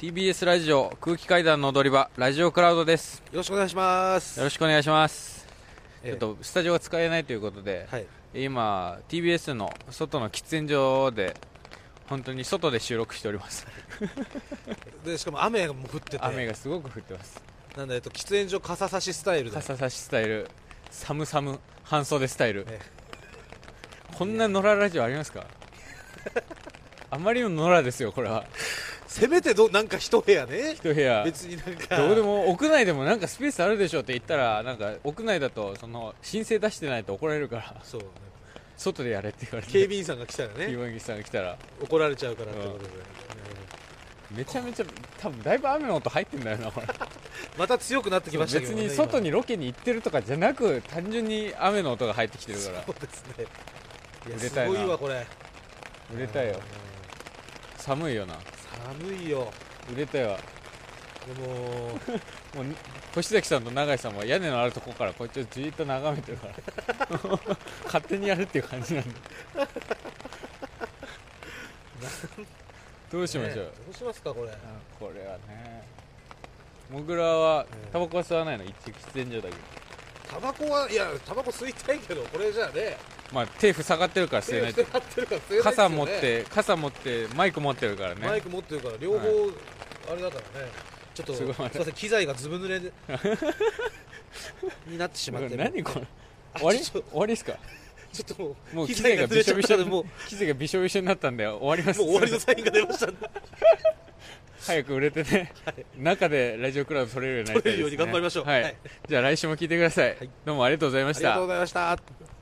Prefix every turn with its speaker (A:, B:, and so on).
A: TBS ラジオ空気階段の踊り場ラジオクラウドです
B: よろしくお願いします。
A: よろしくお願いします、
B: ええ
A: ちょっとスタジオが使えないということで、
B: はい。
A: 今 TBS の外の喫煙所で本当に外で収録しております
B: でしかも雨も降ってて、
A: 雨がすごく降ってます
B: なんだえっと喫煙所傘差しスタイルで。
A: 傘差しスタイル寒々半袖スタイル、
B: え
A: こんな野良ラジオありますかあまりの野良ですよこれは
B: せめてどなんか一部屋ね。
A: 一部屋
B: 別になんか
A: どうでも屋内でもなんかスペースあるでしょって言ったらなんか屋内だとその申請出してないと怒られるから
B: そう。
A: 外でやれって言われて
B: 警備員さんが来たらね
A: 岩木さんが来たら
B: 怒られちゃうからってことで、
A: めちゃめちゃ多分だいぶ雨の音入ってんだ よなこれ
B: うんまた強くなってきましたけ
A: 別
B: どね。
A: に
B: 今
A: 外にロケに行ってるとかじゃなく単純に雨の音が入ってきてるから
B: そうですね。いや
A: 売れ
B: す
A: たいな
B: ごいわこれ。
A: 売れたよ寒いよな
B: うん。寒いよ。
A: 売れたよ
B: で
A: も
B: も
A: う越崎さんと永井さんは屋根のあるとこからこっちをじーっと眺めて るから勝手にやるっていう感じなんでどうしましょう、
B: ねどうしますかこれ。
A: あこれはねモグラは
B: うん
A: タバコは吸わないの一応喫煙所だけど
B: タバコはいやタバコ吸いたいけどこれじゃあね。
A: まあ手塞がってるから吸えない
B: 手をしてやってるから吸えないですよね
A: 傘持っ。て傘持ってマイク持ってるからね
B: マイク持ってるから両方
A: はい
B: あれだからね、ちょっと
A: す
B: す
A: ご
B: み
A: い
B: ません機材がずぶ濡れでになってしまってる
A: 何これ
B: あ
A: 終わり
B: ちょ
A: 終
B: っと
A: わりですか
B: ちょっともう
A: もう
B: 機
A: 機材
B: 材が
A: が
B: ず
A: び
B: れ
A: し
B: ちゃ
A: ょ
B: っ
A: びしたょ
B: の
A: で
B: でもう
A: も
B: も
A: う機材がびしょびしょになったんで終わりま
B: う
A: す
B: 終わりのサインが出ま したんで
A: 早く売れてね、中でラジオクラブ取れるようになりたいです、ね、
B: 取れるように頑張りましょう
A: はい
B: はい
A: じゃあ来週も聞いてください、
B: はい
A: どうもありがとうございま
B: あ
A: し
B: りが
A: た
B: とうございました